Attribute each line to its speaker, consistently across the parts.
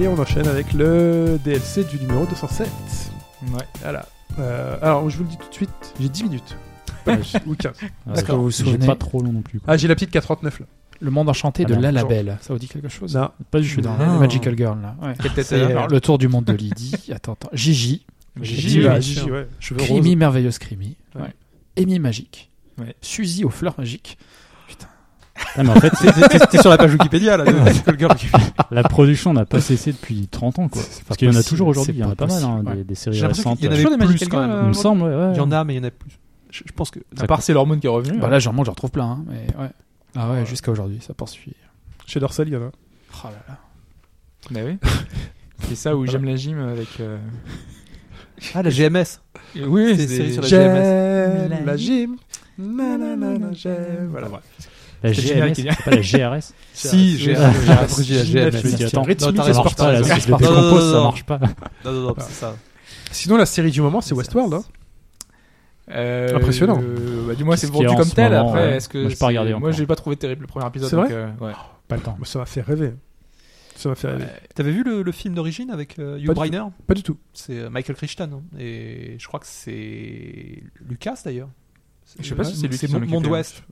Speaker 1: Et on enchaîne avec le DLC du numéro 207.
Speaker 2: Ouais.
Speaker 1: Voilà. Euh, alors, je vous le dis tout de suite, j'ai 10 minutes. Enfin, j'ai- ou 15.
Speaker 3: Ouais,
Speaker 1: D'accord.
Speaker 3: vous vous
Speaker 4: J'ai
Speaker 3: souvenez
Speaker 4: pas trop long non plus. quoi.
Speaker 1: Ah, j'ai la petite 439 là.
Speaker 4: Le monde enchanté de
Speaker 3: Ah,
Speaker 4: La
Speaker 1: non.
Speaker 4: Labelle. Ça vous dit quelque chose
Speaker 1: Non.
Speaker 4: Pas du tout. dans
Speaker 2: Non.
Speaker 4: Magical Girl là. Ouais.
Speaker 1: Quelle tête
Speaker 4: C'est
Speaker 1: elle a
Speaker 4: euh,
Speaker 1: Alors,
Speaker 4: le tour du monde de Lydie. Attends, attends. Gigi.
Speaker 1: Gigi,
Speaker 4: oui,
Speaker 1: là,
Speaker 4: bien
Speaker 1: Gigi,
Speaker 4: sûr.
Speaker 1: ouais. Cheveux roses.
Speaker 4: Crimi, merveilleuse Crimi.
Speaker 1: Ouais.
Speaker 4: Ouais. Amy magique.
Speaker 2: Ouais.
Speaker 4: Suzy aux fleurs magiques.
Speaker 3: Ah, mais en fait,
Speaker 2: T'es- t'es- T'es sur la page Wikipédia là de Magical Girl.
Speaker 3: la production n'a pas cessé depuis 30 ans, quoi. Parce qu'il y en a
Speaker 4: possible,
Speaker 3: toujours aujourd'hui,
Speaker 4: c'est
Speaker 3: il y en a
Speaker 4: pas
Speaker 3: pas mal, hein,
Speaker 4: possible,
Speaker 3: des, des séries
Speaker 2: J'ai l'impression
Speaker 3: récentes.
Speaker 2: qu'il y en
Speaker 3: euh,
Speaker 2: avait
Speaker 1: Toujours des
Speaker 2: plus
Speaker 1: Magical
Speaker 2: quand
Speaker 1: Girl,
Speaker 2: même.
Speaker 3: Il me semble, ouais, ouais.
Speaker 2: Il y en a, mais il y en a plus. Je, je pense que.
Speaker 3: Ça
Speaker 2: À part c'est l'hormone qui est revenu.
Speaker 4: Bah là, généralement, je retrouve plein. hein, mais ouais. Ah ouais,
Speaker 2: Ouais.
Speaker 4: jusqu'à aujourd'hui, ça poursuit.
Speaker 1: Chez Dorsal, il y en a.
Speaker 4: Oh là là.
Speaker 2: Bah oui. C'est ça où j'aime la gym avec. euh,
Speaker 1: Ah, la GMS.
Speaker 2: Oui,
Speaker 1: C'est
Speaker 2: hein. c'est
Speaker 1: série sur la
Speaker 2: GMS.
Speaker 1: GMS. La gym. Nanana, j'aime. Voilà, bref.
Speaker 3: La
Speaker 2: C'est le générique
Speaker 3: GRS,
Speaker 2: qui
Speaker 3: c'est pas la GRS.
Speaker 1: j'ai
Speaker 2: Si, j'ai-
Speaker 1: j'ai- j'ai-
Speaker 3: Je me dis,
Speaker 1: j'ai-
Speaker 3: attends,
Speaker 1: Ritz
Speaker 2: non,
Speaker 1: Mix
Speaker 3: ça
Speaker 2: t'as raison,
Speaker 3: marche
Speaker 1: Sports,
Speaker 3: pas, là,
Speaker 1: ouais.
Speaker 2: raison.
Speaker 3: si je le
Speaker 2: Non, non, non,
Speaker 3: décompose, ça
Speaker 2: non.
Speaker 3: marche pas.
Speaker 2: Non, non, non, c'est ça.
Speaker 1: Sinon, la série du moment, c'est Westworld. hein.
Speaker 2: Euh,
Speaker 1: Impressionnant.
Speaker 2: euh, bah, du moins,
Speaker 3: Qu'est-ce
Speaker 2: c'est
Speaker 3: qu'il y
Speaker 2: vendu
Speaker 3: a en
Speaker 2: comme
Speaker 3: ce
Speaker 2: tel.
Speaker 3: moment,
Speaker 2: Après,
Speaker 3: ouais.
Speaker 2: est-ce que
Speaker 3: Moi, j'ai pas
Speaker 2: c'est-
Speaker 3: regardé
Speaker 2: Moi,
Speaker 3: encore.
Speaker 2: j'ai pas trouvé terrible le premier épisode.
Speaker 1: C'est Bah,
Speaker 2: donc, euh, ouais.
Speaker 4: Pas le temps.
Speaker 1: Ça m'a fait rêver. Ça m'a fait rêver.
Speaker 2: T'avais vu le, film d'origine avec
Speaker 1: Hugh Pas du
Speaker 2: Briner
Speaker 1: Pas du tout.
Speaker 2: C'est euh, Michael Crichton. hein. Et je crois que c'est Lucas d'ailleurs.
Speaker 1: Je sais pas si c'est lui
Speaker 2: C'est
Speaker 1: qui s'en
Speaker 2: Mon-
Speaker 1: occupait,
Speaker 2: Monde Ouest.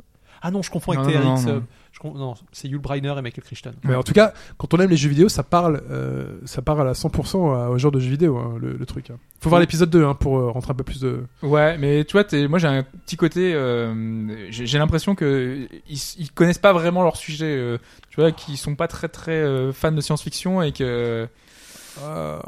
Speaker 2: Ah non, je confonds
Speaker 4: Non,
Speaker 2: avec
Speaker 4: non, non,
Speaker 2: TRX.
Speaker 4: non.
Speaker 2: euh, je con- Non, c'est Yul Brynner et Michael Crichton.
Speaker 1: Mais en tout cas, quand on aime les jeux vidéo, ça parle, euh, ça parle à 100% à- au genre de jeux vidéo, hein, le, le truc. hein. Faut voir l'épisode 2 hein, pour euh, rentrer un peu plus de.
Speaker 2: Ouais, mais tu vois, t'es- moi j'ai un petit côté. euh, j'ai j'ai l'impression que ils, ils connaissent pas vraiment leur sujet. euh, tu vois, qu'ils sont pas très très euh, fans de science-fiction et que. euh,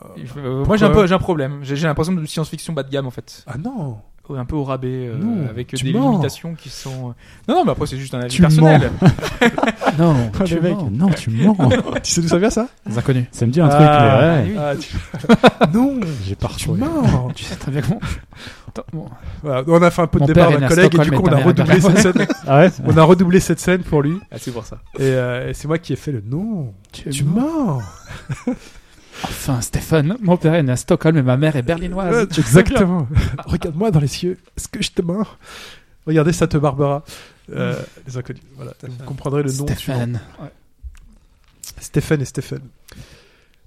Speaker 2: moi j'ai un peu j'ai un problème. J'ai j'ai l'impression de science-fiction bas de gamme en fait,
Speaker 1: Ah non
Speaker 2: Ouais, un peu au rabais, euh,
Speaker 1: Non,
Speaker 2: avec
Speaker 1: tu
Speaker 2: des
Speaker 1: mens.
Speaker 2: limitations qui sont. euh, Non, non, mais après c'est juste un avis
Speaker 1: Tu
Speaker 2: personnel.
Speaker 4: Non,
Speaker 1: Ah,
Speaker 4: tu
Speaker 1: le mec.
Speaker 4: mens.
Speaker 3: Non, tu mens.
Speaker 1: Tu sais d'où ça vient ça
Speaker 4: Les inconnus.
Speaker 3: Ça me dit un truc,
Speaker 1: Ah,
Speaker 3: mais ouais.
Speaker 1: Ah, tu- Non
Speaker 3: J'ai pas
Speaker 1: Tu
Speaker 3: retrouvé.
Speaker 1: mens
Speaker 4: Tu sais très bien comment. Attends, bon.
Speaker 1: Voilà, On a fait un peu de
Speaker 4: Mon
Speaker 1: débat
Speaker 4: père est
Speaker 1: avec
Speaker 4: né
Speaker 1: un
Speaker 4: à
Speaker 1: collègue et du
Speaker 4: Stockholm,
Speaker 1: coup
Speaker 4: mais
Speaker 1: on a
Speaker 4: ta mère est
Speaker 1: redoublé cette
Speaker 4: américaine.
Speaker 1: scène.
Speaker 3: Ah ouais
Speaker 1: On a redoublé cette scène pour lui
Speaker 2: Ah, c'est pour ça.
Speaker 1: et, euh, et c'est moi qui ai fait le non.
Speaker 4: Tu,
Speaker 1: Tu
Speaker 4: mens.
Speaker 1: mens
Speaker 4: Enfin, Stéphane, mon père est né à Stockholm et ma mère est
Speaker 2: Euh,
Speaker 4: berlinoise.
Speaker 1: Exactement. Regarde-moi dans les yeux. Est-ce que je te mens Regardez Sainte Barbara. Euh, les inconnus. Voilà. Vous comprendrez le nom. suivant.
Speaker 4: Stéphane.
Speaker 1: Stéphane et Stéphane.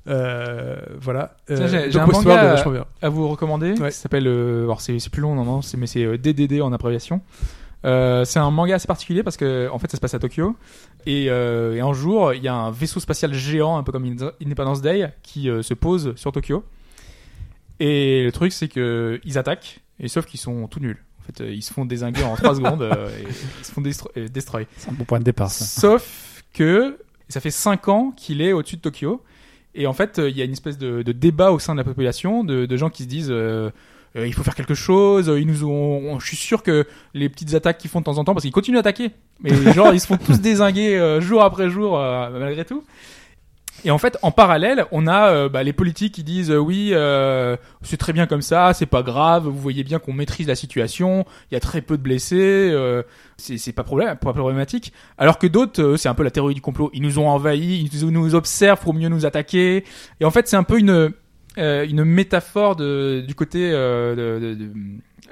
Speaker 1: Euh, voilà. Euh,
Speaker 2: Tiens, j'ai- j'ai
Speaker 1: donc
Speaker 2: un
Speaker 1: Westworld,
Speaker 2: manga-
Speaker 1: vachement bien.
Speaker 2: à vous recommander.
Speaker 1: Ouais.
Speaker 2: Ça s'appelle. euh, alors c'est c'est plus long, non, non, c'est- mais c'est euh, DDD en abréviation. Euh, c'est un manga assez particulier parce que en fait ça se passe à Tokyo et, euh, et un jour il y a un vaisseau spatial géant un peu comme Ind- Independence Day qui euh, se pose sur Tokyo et le truc c'est que ils attaquent et sauf qu'ils sont tout nuls en fait euh, ils se font désinguer en 3 secondes euh, et ils se font destro- euh, destroy
Speaker 4: C'est un bon point de départ, ça.
Speaker 2: Sauf que ça fait 5 ans qu'il est au-dessus de Tokyo. Et en fait, euh, il y a une espèce de, de débat au sein de la population, de, de gens qui se disent euh, euh, il faut faire quelque chose. euh, Ils nous ont, on- je suis sûr que les petites attaques qu'ils font de temps en temps, parce qu'ils continuent d'attaquer, mais genre ils se font tous désinguer euh, jour après jour euh, malgré tout. Et en fait, en parallèle, on a euh, bah, les politiques qui disent euh, oui, euh, c'est très bien comme ça, c'est pas grave. Vous voyez bien qu'on maîtrise la situation. Il y a très peu de blessés. euh, c'est c'est pas problème, pas problématique. Alors que d'autres, euh, c'est un peu la théorie du complot. Ils nous ont envahis, ils nous- nous observent pour mieux nous attaquer. Et en fait, c'est un peu une euh, une métaphore de, du côté euh, de, de- de-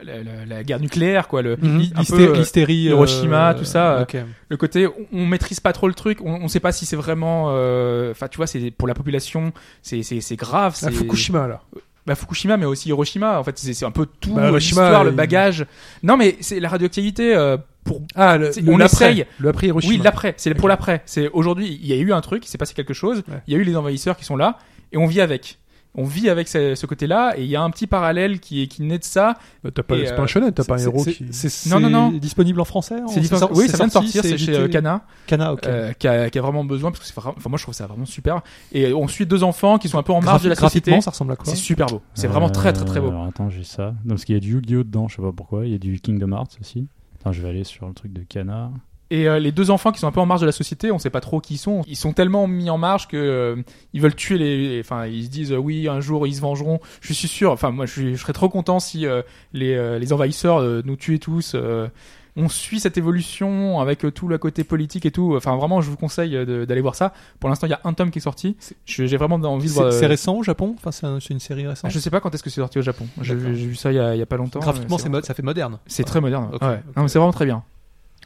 Speaker 2: la, la- la guerre nucléaire, quoi. Le,
Speaker 1: Mhm.
Speaker 2: un peu,
Speaker 1: L'hysté-
Speaker 2: euh,
Speaker 1: l'hystérie,
Speaker 2: Hiroshima,
Speaker 1: euh,
Speaker 2: tout ça, euh,
Speaker 1: ok.
Speaker 2: le côté on, on maîtrise pas trop le truc on, on sait pas si c'est vraiment euh, enfin tu vois c'est pour la population c'est c'est c'est grave
Speaker 1: Ah,
Speaker 2: c'est
Speaker 1: Fukushima là.
Speaker 2: bah, Fukushima mais aussi Hiroshima en fait c'est c'est un peu tout
Speaker 1: Bah, Hiroshima,
Speaker 2: l'histoire le
Speaker 1: il-
Speaker 2: bagage non mais c'est la radioactivité euh, pour
Speaker 1: Ah, le,
Speaker 2: C'est-
Speaker 1: le-
Speaker 2: on
Speaker 1: l'après.
Speaker 2: essaye.
Speaker 1: Le après Hiroshima.
Speaker 2: oui l'après c'est pour
Speaker 1: Ok.
Speaker 2: l'après c'est aujourd'hui il y a eu un truc il s'est passé quelque chose
Speaker 1: Ouais.
Speaker 2: il y a eu les envahisseurs qui sont là et on vit avec on vit avec ce, côté là et il y a un petit parallèle qui est qui naît de ça
Speaker 1: Bah, T'as pas,
Speaker 2: Et,
Speaker 1: c'est pas
Speaker 2: euh,
Speaker 1: un shonen, t'as pas un
Speaker 2: c'est-
Speaker 1: héros
Speaker 2: c'est-
Speaker 1: qui.
Speaker 2: c'est Non, non, non.
Speaker 3: disponible en français
Speaker 2: c'est différent oui ça vient de sortir c'est chez euh, Kana
Speaker 3: Cana, ok.
Speaker 2: euh, qui, a, qui a vraiment besoin parce que c'est vraiment- enfin moi je trouve ça vraiment super et on suit deux enfants qui sont un peu en marge de la société
Speaker 3: ça ressemble à quoi Euh,
Speaker 2: c'est super beau c'est vraiment très très très beau
Speaker 3: Alors attends, j'ai ça. Non, parce qu'il y a du Yu-Gi-Oh dedans, je sais pas pourquoi. Il y a du Kingdom Hearts aussi. Attends, je vais aller sur le truc de Cana.
Speaker 2: et euh, les deux enfants qui sont un peu en marge de la société on sait pas trop qui ils sont ils sont tellement mis en marge que euh, ils veulent tuer les enfin ils se disent euh, oui un jour ils se vengeront je suis sûr enfin moi je, suis- je serais trop content si euh, les, euh, les envahisseurs euh, nous tuaient tous euh, on suit cette évolution avec euh, tout le côté politique et tout. Enfin, vraiment, je vous conseille euh, de- d'aller voir ça. Pour l'instant, il y a un tome qui est sorti. Je- J'ai vraiment envie de voir. euh,
Speaker 3: récent au Japon Enfin, c'est une série
Speaker 2: Ah,
Speaker 3: récente.
Speaker 2: Je sais pas quand est-ce que c'est sorti au Japon. J'ai
Speaker 3: D'accord.
Speaker 2: vu, j'ai vu ça il y, a, il y a pas longtemps.
Speaker 3: Graphiquement,
Speaker 2: Euh,
Speaker 3: c'est
Speaker 2: vraiment-
Speaker 3: mode-
Speaker 2: c'est
Speaker 3: ça fait moderne.
Speaker 2: très moderne.
Speaker 3: Ok,
Speaker 2: ouais.
Speaker 3: ok.
Speaker 2: Non, mais c'est vraiment très bien.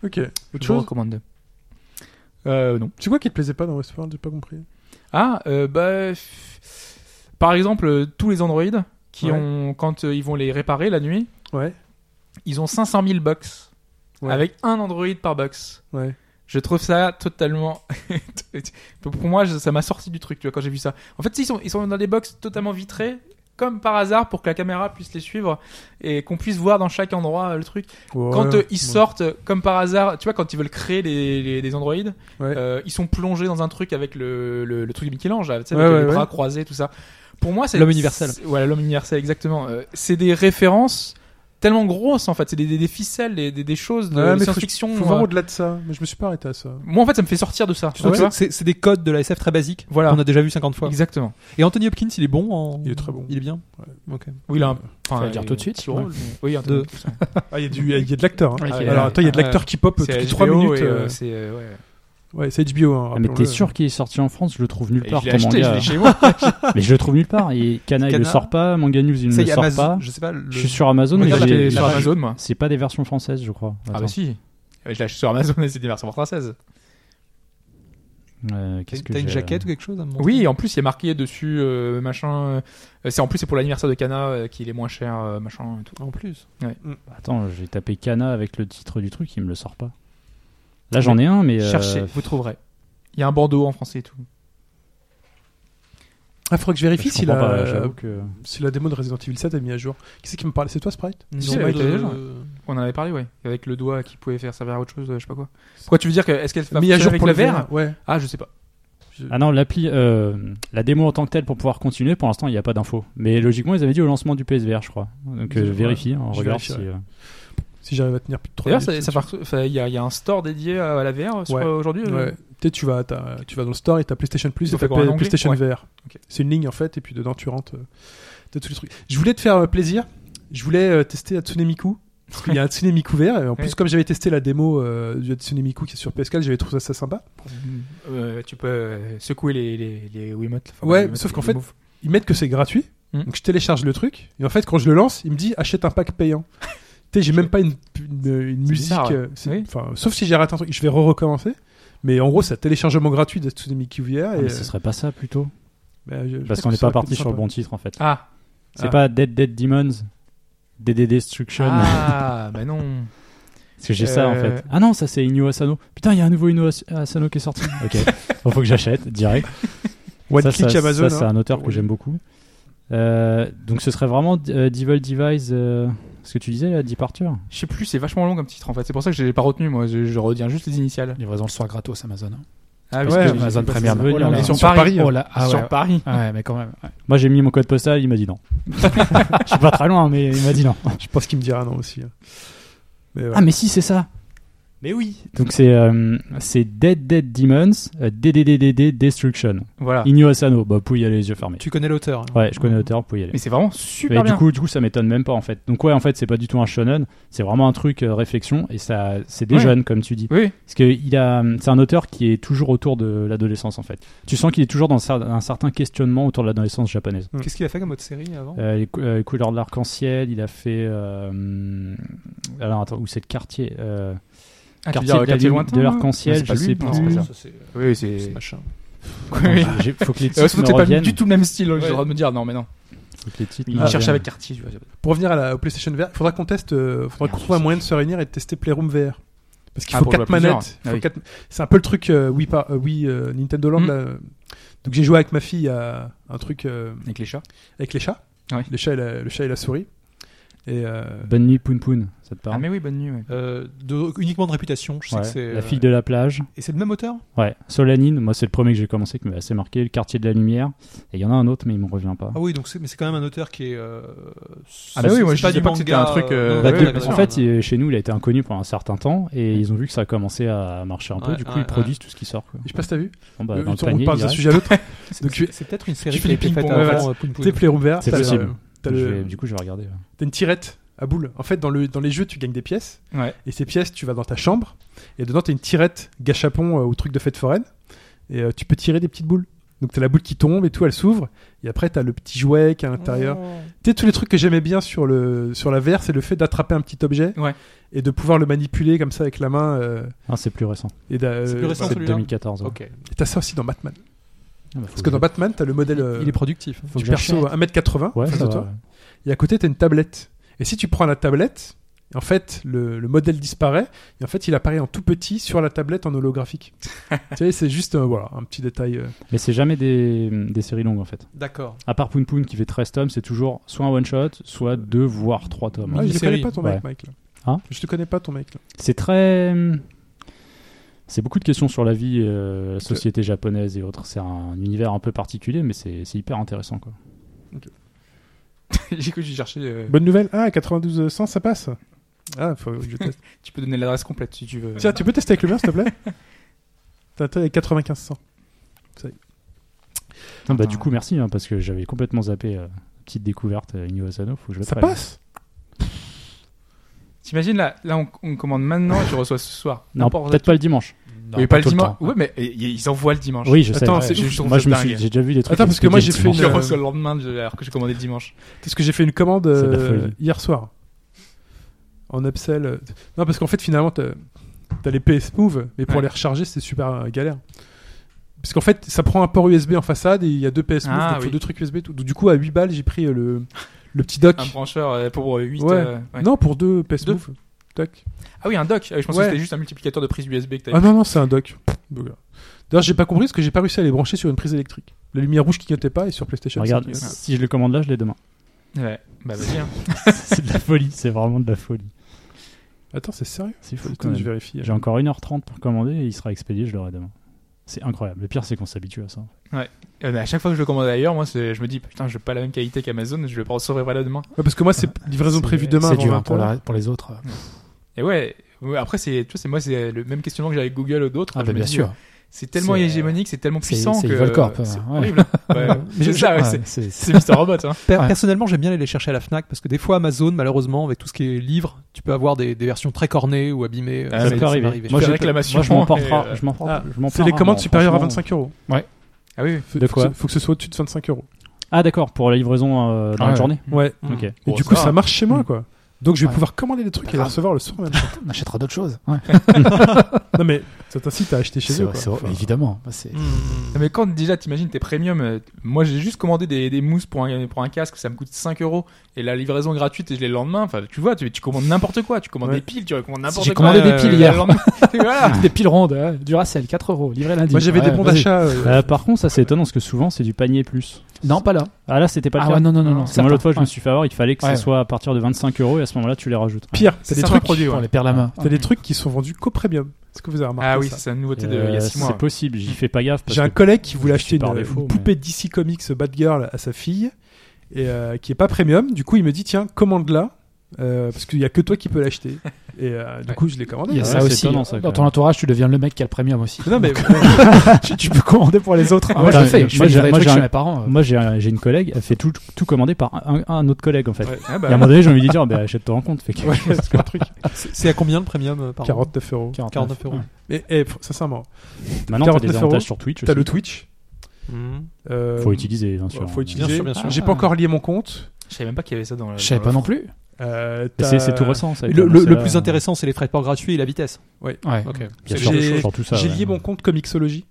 Speaker 1: Ok.
Speaker 2: Je
Speaker 1: Autre
Speaker 2: vous
Speaker 1: chose.
Speaker 2: recommande. Euh, non.
Speaker 1: C'est quoi qui te plaisait pas dans Westworld J'ai pas compris.
Speaker 2: Ah, euh, bah, f- par exemple, euh, tous les androïdes qui
Speaker 1: Ouais.
Speaker 2: ont, quand euh, ils vont les réparer la nuit,
Speaker 1: Ouais.
Speaker 2: ils ont 500 000 box
Speaker 1: Ouais.
Speaker 2: avec un androïde par box.
Speaker 1: Ouais.
Speaker 2: Je trouve ça totalement. Pour moi, je- ça m'a sorti du truc, tu vois, quand j'ai vu ça. En fait, ils sont, ils sont dans des box totalement vitrées, comme par hasard, pour que la caméra puisse les suivre et qu'on puisse voir dans chaque endroit euh, le truc. Quand euh, ils sortent, euh, comme par hasard, tu vois, quand ils veulent créer les- les- des androïdes,
Speaker 1: Ouais.
Speaker 2: euh, ils sont plongés dans un truc avec le, le, le truc de Michel-Ange, là, tu sais,
Speaker 1: Ouais,
Speaker 2: avec
Speaker 1: ouais,
Speaker 2: les bras
Speaker 1: ouais.
Speaker 2: croisés, tout ça. Pour moi, c'est.
Speaker 5: L'homme universel.
Speaker 2: c'est- Voilà, l'homme universel, exactement. Euh, c'est des références tellement grosses, en fait. C'est des, des- des ficelles, des, des, des choses de,
Speaker 1: Ouais, mais faut-
Speaker 2: science-fiction.
Speaker 1: Faut
Speaker 2: euh,
Speaker 1: vraiment au-delà de ça. Mais je me suis pas arrêté à ça.
Speaker 2: Moi, en fait, ça me fait sortir de ça.
Speaker 5: Je trouve
Speaker 2: tu
Speaker 5: que
Speaker 2: vois
Speaker 5: c'est c'est des codes de la SF très basiques.
Speaker 2: Voilà.
Speaker 5: On a déjà vu 50 fois.
Speaker 2: Exactement.
Speaker 5: Et Anthony Hopkins, il est bon en.
Speaker 1: Il est très bon.
Speaker 5: Il est bien.
Speaker 2: Oui, là, enfin,
Speaker 3: Faut le dire
Speaker 2: euh,
Speaker 3: tout de suite,
Speaker 2: petit rôle, mais- Oui, un
Speaker 5: Deux.
Speaker 2: tout de suite.
Speaker 1: Ah, il y a du, il y a de l'acteur. hein.
Speaker 3: Ouais,
Speaker 2: Ah,
Speaker 3: qui est-
Speaker 1: Alors attends, il y a de
Speaker 2: Ouais.
Speaker 1: l'acteur qui pop euh,
Speaker 2: C'est
Speaker 1: toutes les 3
Speaker 2: HBO
Speaker 1: minutes.
Speaker 2: et, euh,
Speaker 1: euh,
Speaker 2: c'est, euh, ouais.
Speaker 1: Ouais, c'est HBO. Hein,
Speaker 3: Ah, mais t'es
Speaker 1: rappelons-le.
Speaker 3: sûr qu'il est sorti en France Je le trouve nulle
Speaker 2: Et
Speaker 3: part.
Speaker 2: Ah, je l'ai
Speaker 3: ton
Speaker 2: acheté, je
Speaker 3: manga.
Speaker 2: l'ai chez moi.
Speaker 3: Mais je le trouve nulle part. Et Kana, il le
Speaker 5: Kana.
Speaker 3: sort pas. Manga News, il ne
Speaker 5: Ça
Speaker 3: le
Speaker 5: y est,
Speaker 3: sort pas.
Speaker 5: Amazon. Je sais pas. le-
Speaker 3: Je suis sur Amazon, mais
Speaker 5: Regarde,
Speaker 3: j'ai-
Speaker 5: la-
Speaker 2: J'étais
Speaker 3: j'ai-
Speaker 2: Ah, bah, sur
Speaker 5: la-
Speaker 2: Amazon, moi.
Speaker 3: c'est pas des versions françaises, je crois.
Speaker 2: Ah,
Speaker 3: Attends.
Speaker 2: bah si. Euh, Je l'ai acheté sur Amazon et c'est des versions françaises.
Speaker 3: Euh, Qu'est-ce que
Speaker 5: T'as une
Speaker 3: j'ai-
Speaker 5: jaquette ou quelque chose à me montrer
Speaker 2: Oui, en plus il est marqué dessus euh, machin. euh, c'est en plus c'est pour l'anniversaire de Kana euh, qu'il est moins cher euh, machin et tout.
Speaker 5: En plus.
Speaker 3: euh, Attends, j'ai tapé Kana avec le titre du truc, il me le sort pas. Là, j'en ai un, mais. euh,
Speaker 2: Ah, Cherchez, vous trouverez. Il y a un bandeau en français et tout.
Speaker 1: Ah, faudrait que je
Speaker 3: je
Speaker 1: vérifie si
Speaker 3: comprends pas,
Speaker 2: euh,
Speaker 1: la,
Speaker 3: j'avoue que.
Speaker 1: si la démo de Resident Evil 7 est mise à jour. Qui c'est qui me parlait C'est toi, Sprite
Speaker 2: Si,
Speaker 5: Non,
Speaker 2: avec
Speaker 5: de-
Speaker 2: les gens. On en avait parlé, ouais, avec le doigt qui pouvait faire servir à autre chose, euh, je sais pas quoi. Pourquoi tu veux dire que est-ce qu'elle va
Speaker 1: Mise à jour
Speaker 2: avec
Speaker 1: pour
Speaker 2: la
Speaker 1: le
Speaker 2: verre
Speaker 1: VR Ouais.
Speaker 2: Ah, je sais pas.
Speaker 3: Ah non, l'appli, euh, la démo en tant que telle pour pouvoir continuer, pour l'instant, il n'y a pas d'infos. Mais logiquement, ils avaient dit au lancement du PSVR, je crois. Donc euh,
Speaker 1: Ouais,
Speaker 3: vérifie, on
Speaker 1: je
Speaker 3: regarde
Speaker 1: vérifie,
Speaker 3: si.
Speaker 1: ouais.
Speaker 3: euh,
Speaker 1: Si j'arrive à tenir plus de 3
Speaker 2: D'ailleurs, ça, ça part- enfin, il y, a il y a un store dédié à la VR sur-
Speaker 1: Ouais.
Speaker 2: aujourd'hui. euh,
Speaker 1: Ouais. Tu sais, tu vas, à ta- tu vas dans le store et t'as PlayStation Plus
Speaker 2: Ils ont
Speaker 1: et
Speaker 2: fait
Speaker 1: t'as
Speaker 2: quoi, un
Speaker 1: Play-
Speaker 2: onglet
Speaker 1: PlayStation
Speaker 2: Ouais.
Speaker 1: VR.
Speaker 2: Ok.
Speaker 1: C'est une ligne en fait, et puis dedans tu rentres, euh, t'as tous les trucs. Je voulais te faire euh, plaisir, je voulais euh, tester Hatsune Miku. Parce qu'il y a Hatsune Miku VR, et en plus,
Speaker 2: Ouais.
Speaker 1: comme j'avais testé la démo euh, du Hatsune Miku qui est sur PS4, j'avais trouvé ça sympa.
Speaker 2: euh, tu peux euh, secouer les les, les Wiimotes, enfin,
Speaker 1: Ouais,
Speaker 2: les Wiimotes,
Speaker 1: sauf qu'en
Speaker 2: les
Speaker 1: fait,
Speaker 2: Move.
Speaker 1: Ils mettent que c'est gratuit,
Speaker 2: Mm.
Speaker 1: donc je télécharge le truc, et en fait, quand je le lance, il me dit achète un pack payant. tu sais, j'ai même pas une, une, une musique,
Speaker 2: bizarre,
Speaker 1: euh, c'est-
Speaker 2: Oui.
Speaker 1: enfin, sauf si j'ai raté un truc, je vais re-recommencer. Mais en gros, c'est un téléchargement gratuit d'Hatsune Miku VR.
Speaker 3: ah,
Speaker 1: et, euh,
Speaker 3: mais ce serait pas ça plutôt
Speaker 1: bah, je- je pense
Speaker 3: Parce qu'on
Speaker 1: que
Speaker 3: n'est
Speaker 1: ça
Speaker 3: pas
Speaker 1: aurait pu
Speaker 3: parti
Speaker 1: être
Speaker 3: sur le
Speaker 1: sympa.
Speaker 3: bon titre en fait.
Speaker 2: Ah,
Speaker 3: C'est
Speaker 1: Ah.
Speaker 3: pas Dead Dead Demons, DDD Destruction.
Speaker 2: ah, bah non.
Speaker 3: Parce que j'ai ça en
Speaker 2: Euh.
Speaker 3: fait. Ah non, ça c'est Inu Asano. Putain, il y a un nouveau Inu As- Asano qui est sorti. ok, Bon, faut que j'achète direct.
Speaker 1: One
Speaker 3: ça,
Speaker 1: click
Speaker 3: ça-
Speaker 1: Amazon.
Speaker 3: ça, c'est
Speaker 1: hein.
Speaker 3: un auteur que
Speaker 1: Ouais.
Speaker 3: j'aime beaucoup. Euh, donc ce serait vraiment euh, Devil Device, euh, ce que tu disais là, Departure.
Speaker 2: Je sais plus, c'est vachement long comme titre en fait. C'est pour ça que je l'ai pas retenu moi. Je, je retiens juste les initiales.
Speaker 4: Livraison le soir gratos Amazon. hein.
Speaker 2: Ah,
Speaker 1: parce que
Speaker 4: Amazon
Speaker 2: parce
Speaker 4: Premium.
Speaker 2: que-
Speaker 3: Oh là là.
Speaker 2: Ils sont
Speaker 1: Sur
Speaker 2: Paris.
Speaker 1: Paris,
Speaker 4: Oh là, ah ouais.
Speaker 2: Sur Paris.
Speaker 4: Ouais, mais quand même. ouais.
Speaker 3: Moi j'ai mis mon code postal, il m'a dit non. Je suis pas très loin, mais il m'a dit non.
Speaker 1: Je pense qu'il me dira non aussi. hein. Mais ouais.
Speaker 3: Ah mais si c'est ça.
Speaker 2: Mais oui.
Speaker 3: Donc c'est euh, c'est Dead Dead Demons, euh, DDDDD Destruction.
Speaker 1: Ah.
Speaker 2: Voilà.
Speaker 3: Inu Asano, bah vous pouvez y aller les yeux fermés.
Speaker 5: Tu connais l'auteur. hein.
Speaker 3: Ouais, je
Speaker 2: Mm.
Speaker 3: connais l'auteur, vous pouvez y aller.
Speaker 2: Mais c'est
Speaker 1: Ah,
Speaker 2: vraiment
Speaker 3: Mais
Speaker 2: super
Speaker 3: du
Speaker 2: bien.
Speaker 3: coup, du coup, ça m'étonne même pas en fait. Donc ouais, en fait, c'est pas du tout un shonen, c'est vraiment un truc euh, réflexion et ça, c'est des
Speaker 2: Ouais.
Speaker 3: jeunes comme tu dis.
Speaker 2: oui.
Speaker 3: Parce que il a, c'est un auteur qui est toujours autour de l'adolescence en fait. Tu sens qu'il est toujours dans cer- un certain questionnement autour de l'adolescence japonaise.
Speaker 1: Mm.
Speaker 5: Qu'est-ce qu'il a fait comme autre série avant
Speaker 3: Euh, les, cou- euh, les couleurs de l'arc-en-ciel, il a fait. euh, alors attends, où c'est le quartier euh,
Speaker 2: Ah, tu veux
Speaker 3: Quartier
Speaker 2: dire,
Speaker 1: euh,
Speaker 3: de la
Speaker 2: quartier
Speaker 3: lune-
Speaker 2: lointain,
Speaker 3: de
Speaker 2: là
Speaker 3: l'arc-en-ciel,
Speaker 2: Non, c'est pas
Speaker 3: je
Speaker 2: lui,
Speaker 3: sais
Speaker 2: Euh, non, c'est pas
Speaker 3: plus.
Speaker 2: ça.
Speaker 5: Euh, Ça, c'est-
Speaker 2: Oui, c'est.
Speaker 5: c'est machin.
Speaker 2: Oui.
Speaker 3: J'ai- faut que les
Speaker 2: Euh,
Speaker 3: titres
Speaker 2: Surtout
Speaker 3: me
Speaker 2: que c'est pas
Speaker 3: reviennent.
Speaker 2: du tout le même style. hein, J'ai le
Speaker 5: Ouais.
Speaker 2: droit de me dire non, mais non.
Speaker 3: Faut que les titres
Speaker 2: Il
Speaker 4: Ah,
Speaker 3: me
Speaker 2: cherche
Speaker 3: reviennent.
Speaker 2: avec quartier. tu vois.
Speaker 1: Pour revenir à la au PlayStation VR, il faudra qu'on teste, euh, faudra qu'on trouve un moyen de se réunir et de tester Playroom VR. Parce qu'il
Speaker 2: Ah,
Speaker 1: faut
Speaker 2: pour jouer à
Speaker 1: 4
Speaker 2: plusieurs.
Speaker 1: manettes. il
Speaker 2: Ah
Speaker 1: faut
Speaker 2: oui.
Speaker 1: quatre- C'est un peu le truc euh, Wii, par- euh, Wii, euh, Nintendo Land.
Speaker 2: Mm.
Speaker 1: là. Donc j'ai joué avec ma fille à un truc euh,
Speaker 2: Avec les chats.
Speaker 1: avec les chats.
Speaker 2: Ouais.
Speaker 1: Les chats et la, le chat et la souris. Et euh,
Speaker 3: Bonne nuit, Poun Poun, ça te
Speaker 2: Ah,
Speaker 3: parle
Speaker 2: mais oui, bonne nuit. ouais.
Speaker 5: Euh, de- uniquement de réputation, je sais
Speaker 3: Ouais.
Speaker 5: que c'est.
Speaker 3: La
Speaker 5: euh,
Speaker 3: fille de la plage.
Speaker 5: Et c'est le même auteur
Speaker 3: Ouais, Solanine, moi c'est le premier que j'ai commencé qui m'a assez marqué, le quartier de la lumière. Et il y en a un autre, mais il me revient pas.
Speaker 5: Ah oui, donc c'est, mais c'est quand même un auteur qui est. euh,
Speaker 2: Ah bah oui,
Speaker 5: c'est-
Speaker 2: moi,
Speaker 5: c'est
Speaker 2: je disais pas que c'était un truc, euh,
Speaker 5: non,
Speaker 3: Bah,
Speaker 5: ouais,
Speaker 3: de-
Speaker 5: ouais, bien
Speaker 3: en
Speaker 5: sûr.
Speaker 3: fait, il- chez nous, il a été inconnu pendant un certain temps et ils ont vu que ça a commencé à marcher un peu.
Speaker 5: Ouais,
Speaker 3: du coup,
Speaker 5: ouais,
Speaker 3: ils produisent tout ce qui sort. Quoi.
Speaker 1: je sais pas si t'as vu.
Speaker 3: Bon, bah,
Speaker 1: Euh,
Speaker 3: dans le
Speaker 1: on
Speaker 3: panier,
Speaker 1: parle
Speaker 3: il
Speaker 1: d'un
Speaker 3: reste.
Speaker 1: sujet à l'autre. Donc tu
Speaker 5: c'est, c'est peut-être une
Speaker 2: tu
Speaker 5: série
Speaker 2: fais
Speaker 5: qui a
Speaker 2: des
Speaker 5: été faite
Speaker 2: ping-pong,
Speaker 5: avant,
Speaker 2: ouais.
Speaker 5: euh, Poun Poun.
Speaker 1: sais, Playroom VR,
Speaker 3: C'est
Speaker 1: t'as le-
Speaker 3: possible.
Speaker 1: t'as le-
Speaker 3: Je vais- du coup, je vais regarder. ouais.
Speaker 1: t'as une tirette à boules. En fait, dans, le, dans les jeux, tu gagnes des pièces.
Speaker 2: Ouais.
Speaker 1: Et ces pièces, tu vas dans ta chambre, et dedans, tu as une tirette gâchapon euh, au truc de fête foraine, et euh, tu peux tirer des petites boules. Donc t'as la boule qui tombe et tout, elle s'ouvre, et après t'as le petit jouet qui est à l'intérieur.
Speaker 2: Oh.
Speaker 1: Tu sais, tous les trucs que j'aimais bien sur, le, sur la VR, c'est le fait d'attraper un petit objet,
Speaker 2: Ouais.
Speaker 1: et de pouvoir le manipuler comme ça avec la main. euh,
Speaker 3: Ah, c'est plus récent.
Speaker 1: et d'a-
Speaker 5: C'est plus
Speaker 1: euh,
Speaker 5: récent,
Speaker 1: bah,
Speaker 3: C'est
Speaker 5: celui-là
Speaker 3: 2014. ouais.
Speaker 5: Ok.
Speaker 1: et T'as ça aussi dans Batman.
Speaker 3: Ah bah, faut
Speaker 1: Parce que
Speaker 3: que
Speaker 1: dans
Speaker 3: je-
Speaker 1: Batman, t'as le modèle euh,
Speaker 5: Il est productif.
Speaker 3: faut que
Speaker 1: du perso
Speaker 3: j'achète.
Speaker 1: à 1m80
Speaker 3: Ouais,
Speaker 1: face
Speaker 3: ça
Speaker 1: de
Speaker 3: va,
Speaker 1: toi.
Speaker 3: ouais.
Speaker 1: Et à côté, t'as une tablette. Et si tu prends la tablette, en fait, le, le modèle disparaît. Et en fait, il apparaît en tout petit sur la tablette en holographique. tu sais, c'est juste euh, voilà, un petit détail. euh.
Speaker 3: Mais c'est jamais des, des séries longues en fait.
Speaker 5: D'accord.
Speaker 3: À part Poon Poon qui fait 13 tomes, c'est toujours soit un one shot, soit deux voire trois tomes.
Speaker 1: Ah, je ne connais
Speaker 5: mini-série.
Speaker 1: pas ton
Speaker 3: Ouais.
Speaker 1: mec, Mike. là.
Speaker 3: Hein
Speaker 1: je te connais pas ton mec. là.
Speaker 3: C'est très. C'est beaucoup de questions sur la vie, euh, la société japonaise et autres. C'est un univers un peu particulier, mais c'est c'est hyper intéressant. Quoi.
Speaker 2: J'ai cru que j'ai cherché. euh,
Speaker 1: Bonne nouvelle. Ah, 92 100, ça passe. Ah, faut que je teste.
Speaker 2: Tu peux donner l'adresse complète si tu veux.
Speaker 1: Tiens, tu peux tester avec le mien, s'il te plaît T'as t'as les 95 100.
Speaker 3: Putain, bah,
Speaker 2: Attends.
Speaker 3: du coup, merci, hein, parce que j'avais complètement zappé euh, petite découverte euh, Inyo Asano. Faut que je le
Speaker 1: Ça
Speaker 3: prenne.
Speaker 1: passe
Speaker 2: T'imagines là, là on, on commande maintenant et tu reçois ce soir.
Speaker 3: Non,
Speaker 2: N'importe
Speaker 3: peut-être pas le dimanche.
Speaker 2: Oui, pas, le
Speaker 3: tout le temps.
Speaker 2: dimanche. ouais, mais et- et ils envoient le dimanche.
Speaker 3: Oui, je sais.
Speaker 1: Attends,
Speaker 3: ouais.
Speaker 1: c'est
Speaker 2: juste, je trouve
Speaker 3: moi,
Speaker 2: ça
Speaker 3: je me
Speaker 2: dingue.
Speaker 3: suis, j'ai déjà vu des trucs.
Speaker 1: Attends, parce que moi, j'ai
Speaker 3: expédiés
Speaker 1: fait
Speaker 3: le
Speaker 2: Je
Speaker 1: une-
Speaker 2: le
Speaker 3: dimanche.
Speaker 2: reçois le lendemain de- alors que j'ai commandé le dimanche.
Speaker 1: Parce que j'ai fait une commande
Speaker 3: C'est de la
Speaker 1: euh,
Speaker 3: folie.
Speaker 1: hier soir. En upsell. euh. Non, parce qu'en fait, finalement, t'as t'as les PS Move, mais pour
Speaker 2: Ouais.
Speaker 1: les recharger, c'est super euh, galère. Parce qu'en fait, ça prend un port USB en façade et il y a deux PS Move,
Speaker 2: Ah,
Speaker 1: donc faut
Speaker 2: oui.
Speaker 1: deux trucs USB. tout. Du coup, à 8 balles, j'ai pris euh, le, le petit dock.
Speaker 2: Un brancheur euh, pour 8.
Speaker 1: Ouais. Non, pour deux PS
Speaker 2: Deux.
Speaker 1: Move. Dock.
Speaker 2: Ah oui, un dock. Ah oui, Je pensais
Speaker 1: Ouais.
Speaker 2: que c'était juste un multiplicateur de prise USB que t'avais.
Speaker 1: Ah non, non, c'est un dock. Donc, voilà. D'ailleurs, j'ai pas compris parce que j'ai pas réussi à les brancher sur une prise électrique. La lumière rouge qui clignotait pas et sur PlayStation. ça
Speaker 3: Regarde,
Speaker 1: clignote.
Speaker 3: si je le commande là, je l'ai demain.
Speaker 2: Ouais. Bah vas-y. hein.
Speaker 3: c'est de la folie, c'est vraiment de la folie.
Speaker 1: Attends, c'est sérieux
Speaker 3: C'est fou
Speaker 1: Attends,
Speaker 3: quand même.
Speaker 1: Je vérifie. hein.
Speaker 3: J'ai encore 1h30 pour commander et il sera expédié, je l'aurai demain. C'est incroyable. Le pire, c'est qu'on s'habitue à ça.
Speaker 2: Euh, mais à chaque fois que je le commande ailleurs, moi, c'est- je me dis putain, je veux pas la même qualité qu'Amazon. Je vais pas recevoir voilà demain.
Speaker 1: Ouais, parce que moi, c'est livraison
Speaker 4: C'est-
Speaker 1: prévue demain.
Speaker 4: C'est
Speaker 1: avant
Speaker 4: dur hein,
Speaker 1: 20.
Speaker 4: pour, la- pour les autres.
Speaker 2: Et ouais. ouais, Après, c'est, tu vois, c'est moi, c'est le même questionnement que j'avais avec Google ou d'autres.
Speaker 4: Ah,
Speaker 2: Je
Speaker 4: bah,
Speaker 2: me
Speaker 4: bien
Speaker 2: dis,
Speaker 4: sûr.
Speaker 2: C'est tellement
Speaker 4: C'est- euh,
Speaker 2: hégémonique, c'est tellement
Speaker 4: c'est-
Speaker 2: puissant
Speaker 4: c'est
Speaker 2: que
Speaker 4: Evolcorp, hein.
Speaker 2: c'est
Speaker 4: ouais.
Speaker 2: horrible. Ouais, c'est ça, ouais, c'est-
Speaker 4: c'est-
Speaker 2: c'est Mister Robot. Hein.
Speaker 4: Ouais.
Speaker 5: Personnellement, j'aime bien aller les chercher à la Fnac parce que des fois, Amazon, malheureusement, avec tout ce qui est livre, tu peux avoir des, des versions très cornées ou abîmées. euh,
Speaker 2: Ah,
Speaker 5: Ça
Speaker 2: ça
Speaker 5: m'est-
Speaker 3: peut
Speaker 5: ça m'est
Speaker 3: arriver.
Speaker 5: arrivé.
Speaker 3: Moi,
Speaker 2: Faire
Speaker 3: j'ai-
Speaker 2: réclamation
Speaker 3: Moi, je m'en
Speaker 2: et,
Speaker 3: portera.
Speaker 2: euh,
Speaker 3: Je m'en porte-
Speaker 1: Ah,
Speaker 3: je m'en
Speaker 1: C'est
Speaker 3: porte
Speaker 1: les commandes
Speaker 3: rarement,
Speaker 1: supérieures à
Speaker 3: franchement.
Speaker 1: 25 euros.
Speaker 2: Ah oui.
Speaker 1: Faut-
Speaker 3: De
Speaker 1: faut
Speaker 3: quoi
Speaker 1: que ce- Faut que ce soit au-dessus de 25 euros.
Speaker 3: Ah, d'accord, pour la livraison euh, dans
Speaker 4: Ah
Speaker 3: la
Speaker 4: ouais.
Speaker 3: journée.
Speaker 1: Ouais.
Speaker 5: Mm.
Speaker 3: Ok.
Speaker 1: Et
Speaker 2: Bon,
Speaker 1: du
Speaker 2: ça
Speaker 1: coup,
Speaker 2: va.
Speaker 1: ça marche chez moi,
Speaker 4: Mm.
Speaker 1: quoi. Donc je vais
Speaker 4: Ouais.
Speaker 1: pouvoir commander des trucs et les
Speaker 4: grave.
Speaker 1: recevoir le soir même.
Speaker 4: On achètera d'autres choses.
Speaker 1: non mais ça t'incite à acheter
Speaker 4: C'est
Speaker 1: chez eux.
Speaker 4: vrai,
Speaker 1: quoi.
Speaker 4: c'est vrai.
Speaker 1: Enfin,
Speaker 4: Mais Évidemment. Bah, c'est-
Speaker 5: Hmm.
Speaker 2: Non, mais quand déjà t'imagines tes premium, euh, moi j'ai juste commandé des, des mousses pour un, pour un casque, ça me coûte 5 euros et la livraison gratuite et je l'ai le lendemain. Enfin, tu vois, tu, tu commandes n'importe quoi, tu commandes
Speaker 1: Ouais.
Speaker 2: des piles, tu commandes n'importe quoi.
Speaker 4: j'ai commandé des
Speaker 2: euh,
Speaker 4: piles
Speaker 2: le
Speaker 4: hier.
Speaker 2: lendemain. voilà.
Speaker 4: Des piles rondes. hein. Duracell, 4 euros. Livré lundi.
Speaker 1: Moi j'avais
Speaker 4: Ouais,
Speaker 1: des bons
Speaker 4: vas-y.
Speaker 1: d'achat. euh,
Speaker 3: Euh, par contre, ça c'est étonnant parce que souvent c'est du panier plus.
Speaker 4: Non, pas là.
Speaker 3: Ah là, c'était pas le
Speaker 4: Ah
Speaker 3: cas.
Speaker 4: ouais, non, non, non. non,
Speaker 3: Parce que moi, l'autre fois, je
Speaker 4: certain.
Speaker 3: me suis fait avoir, il fallait que
Speaker 4: Ouais.
Speaker 3: ça soit à partir de 25 euros et à ce moment-là, tu les rajoutes.
Speaker 1: Pire, t'as
Speaker 2: C'est
Speaker 1: des
Speaker 2: ça,
Speaker 1: trucs,
Speaker 2: un produit,
Speaker 4: Ouais, On
Speaker 2: ouais.
Speaker 4: les perd la main.
Speaker 1: t'as des trucs qui sont vendus qu'au premium. Est-ce que vous avez remarqué
Speaker 2: Ah oui,
Speaker 1: ça
Speaker 2: c'est une nouveauté de il y
Speaker 3: Euh,
Speaker 2: a 6 mois.
Speaker 3: c'est possible, j'y fais pas gaffe. parce
Speaker 1: J'ai un
Speaker 3: que-
Speaker 1: collègue qui voulait
Speaker 3: je
Speaker 1: acheter
Speaker 3: suis par
Speaker 1: une, une
Speaker 3: défaut, mais-
Speaker 1: poupée DC Comics Bad Girl à sa fille et euh, qui est pas premium. Du coup, il me dit tiens, commande-la euh, parce qu'il y a que toi qui peux l'acheter. Et euh, du
Speaker 2: Ouais.
Speaker 1: coup, je l'ai commandé.
Speaker 4: Il y a
Speaker 3: Ouais,
Speaker 4: ça
Speaker 3: c'est
Speaker 4: aussi.
Speaker 3: étonnant, ça, quand
Speaker 4: Dans ton
Speaker 3: même.
Speaker 4: entourage, tu deviens le mec qui a le premium aussi.
Speaker 1: Non mais
Speaker 4: tu, tu peux commander pour les autres.
Speaker 3: Ah,
Speaker 4: moi, je
Speaker 3: ouais,
Speaker 4: le fais.
Speaker 3: mais-
Speaker 4: Je
Speaker 3: moi,
Speaker 4: fais
Speaker 3: j'ai-
Speaker 4: livrer des
Speaker 3: moi,
Speaker 4: trucs
Speaker 3: j'ai
Speaker 4: chez
Speaker 3: un-
Speaker 4: mes parents.
Speaker 3: Moi, j'ai un- j'ai une collègue, elle fait tout, tout commander par un, un autre collègue en fait.
Speaker 2: Ah bah,
Speaker 3: Et à un moment donné, j'ai envie de lui dire, bah, achète-toi en compte, fais quelque
Speaker 1: Ouais,
Speaker 3: chose.
Speaker 1: c'est un truc.
Speaker 5: Ah, C'est c'est à combien le premium euh, par an
Speaker 1: 49 euros.
Speaker 5: 49 euros.
Speaker 1: Mais eh, fr- sincèrement,
Speaker 3: Maintenant, t'as des
Speaker 1: 49
Speaker 3: avantages
Speaker 1: euros,
Speaker 3: sur Twitch.
Speaker 1: t'as
Speaker 3: aussi.
Speaker 1: le Twitch.
Speaker 5: Hmm.
Speaker 1: euh,
Speaker 3: Faut utiliser, bien sûr.
Speaker 1: Ouais, faut utiliser.
Speaker 5: Bien sûr, bien sûr.
Speaker 1: J'ai pas encore lié mon compte.
Speaker 2: je savais même pas qu'il y avait ça dans le.
Speaker 4: Je savais
Speaker 2: dans
Speaker 4: pas
Speaker 2: le-
Speaker 4: non plus.
Speaker 1: Euh,
Speaker 3: Mais
Speaker 1: t'as-
Speaker 3: C'est c'est tout récent, ça. a été
Speaker 5: Le, le-
Speaker 3: annoncé
Speaker 5: le
Speaker 3: là,
Speaker 5: plus
Speaker 3: euh,
Speaker 5: intéressant, c'est les frais de port gratuits et la vitesse.
Speaker 4: Ouais.
Speaker 5: Ok.
Speaker 3: Bien
Speaker 1: c'est
Speaker 3: sûr,
Speaker 1: les-
Speaker 3: sur- sur tout ça.
Speaker 1: J'ai
Speaker 3: ouais.
Speaker 1: lié mon compte Comixology.